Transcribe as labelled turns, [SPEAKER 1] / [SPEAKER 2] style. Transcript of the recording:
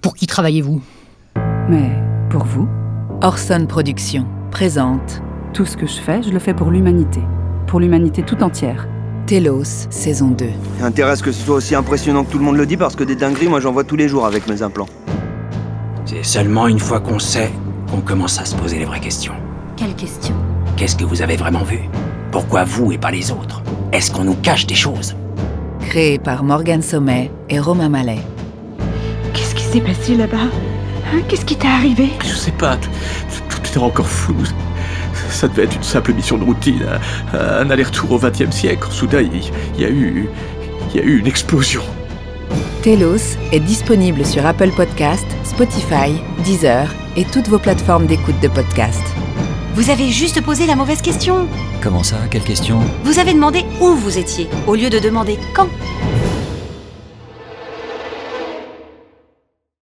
[SPEAKER 1] Pour qui travaillez-vous
[SPEAKER 2] Mais pour vous,
[SPEAKER 3] Orson Productions présente
[SPEAKER 2] tout ce que je fais, je le fais pour l'humanité. Pour l'humanité tout entière.
[SPEAKER 3] Telos saison 2.
[SPEAKER 4] Intéresse que ce soit aussi impressionnant que tout le monde le dit parce que des dingueries, moi j'en vois tous les jours avec mes implants.
[SPEAKER 5] C'est seulement une fois qu'on sait qu'on commence à se poser les vraies questions.
[SPEAKER 6] Quelle question
[SPEAKER 5] Qu'est-ce que vous avez vraiment vu Pourquoi vous et pas les autres Est-ce qu'on nous cache des choses
[SPEAKER 3] Créé par Morgan Sommet et Romain Mallet.
[SPEAKER 7] Qu'est-ce qui s'est passé là-bas Hein, Qu'est-ce qui t'est arrivé
[SPEAKER 8] Je sais pas, tout, tout- tout était encore flou. Ça devait être une simple mission de routine, un- un aller-retour au XXe siècle. Soudain, il il y a eu, il y a eu une explosion.
[SPEAKER 3] Telos est disponible sur Apple Podcast, Spotify, Deezer et toutes vos plateformes d'écoute de podcast.
[SPEAKER 6] Vous avez juste posé la mauvaise question.
[SPEAKER 9] Comment ça Quelle question
[SPEAKER 6] Vous avez demandé où vous étiez, au lieu de demander quand.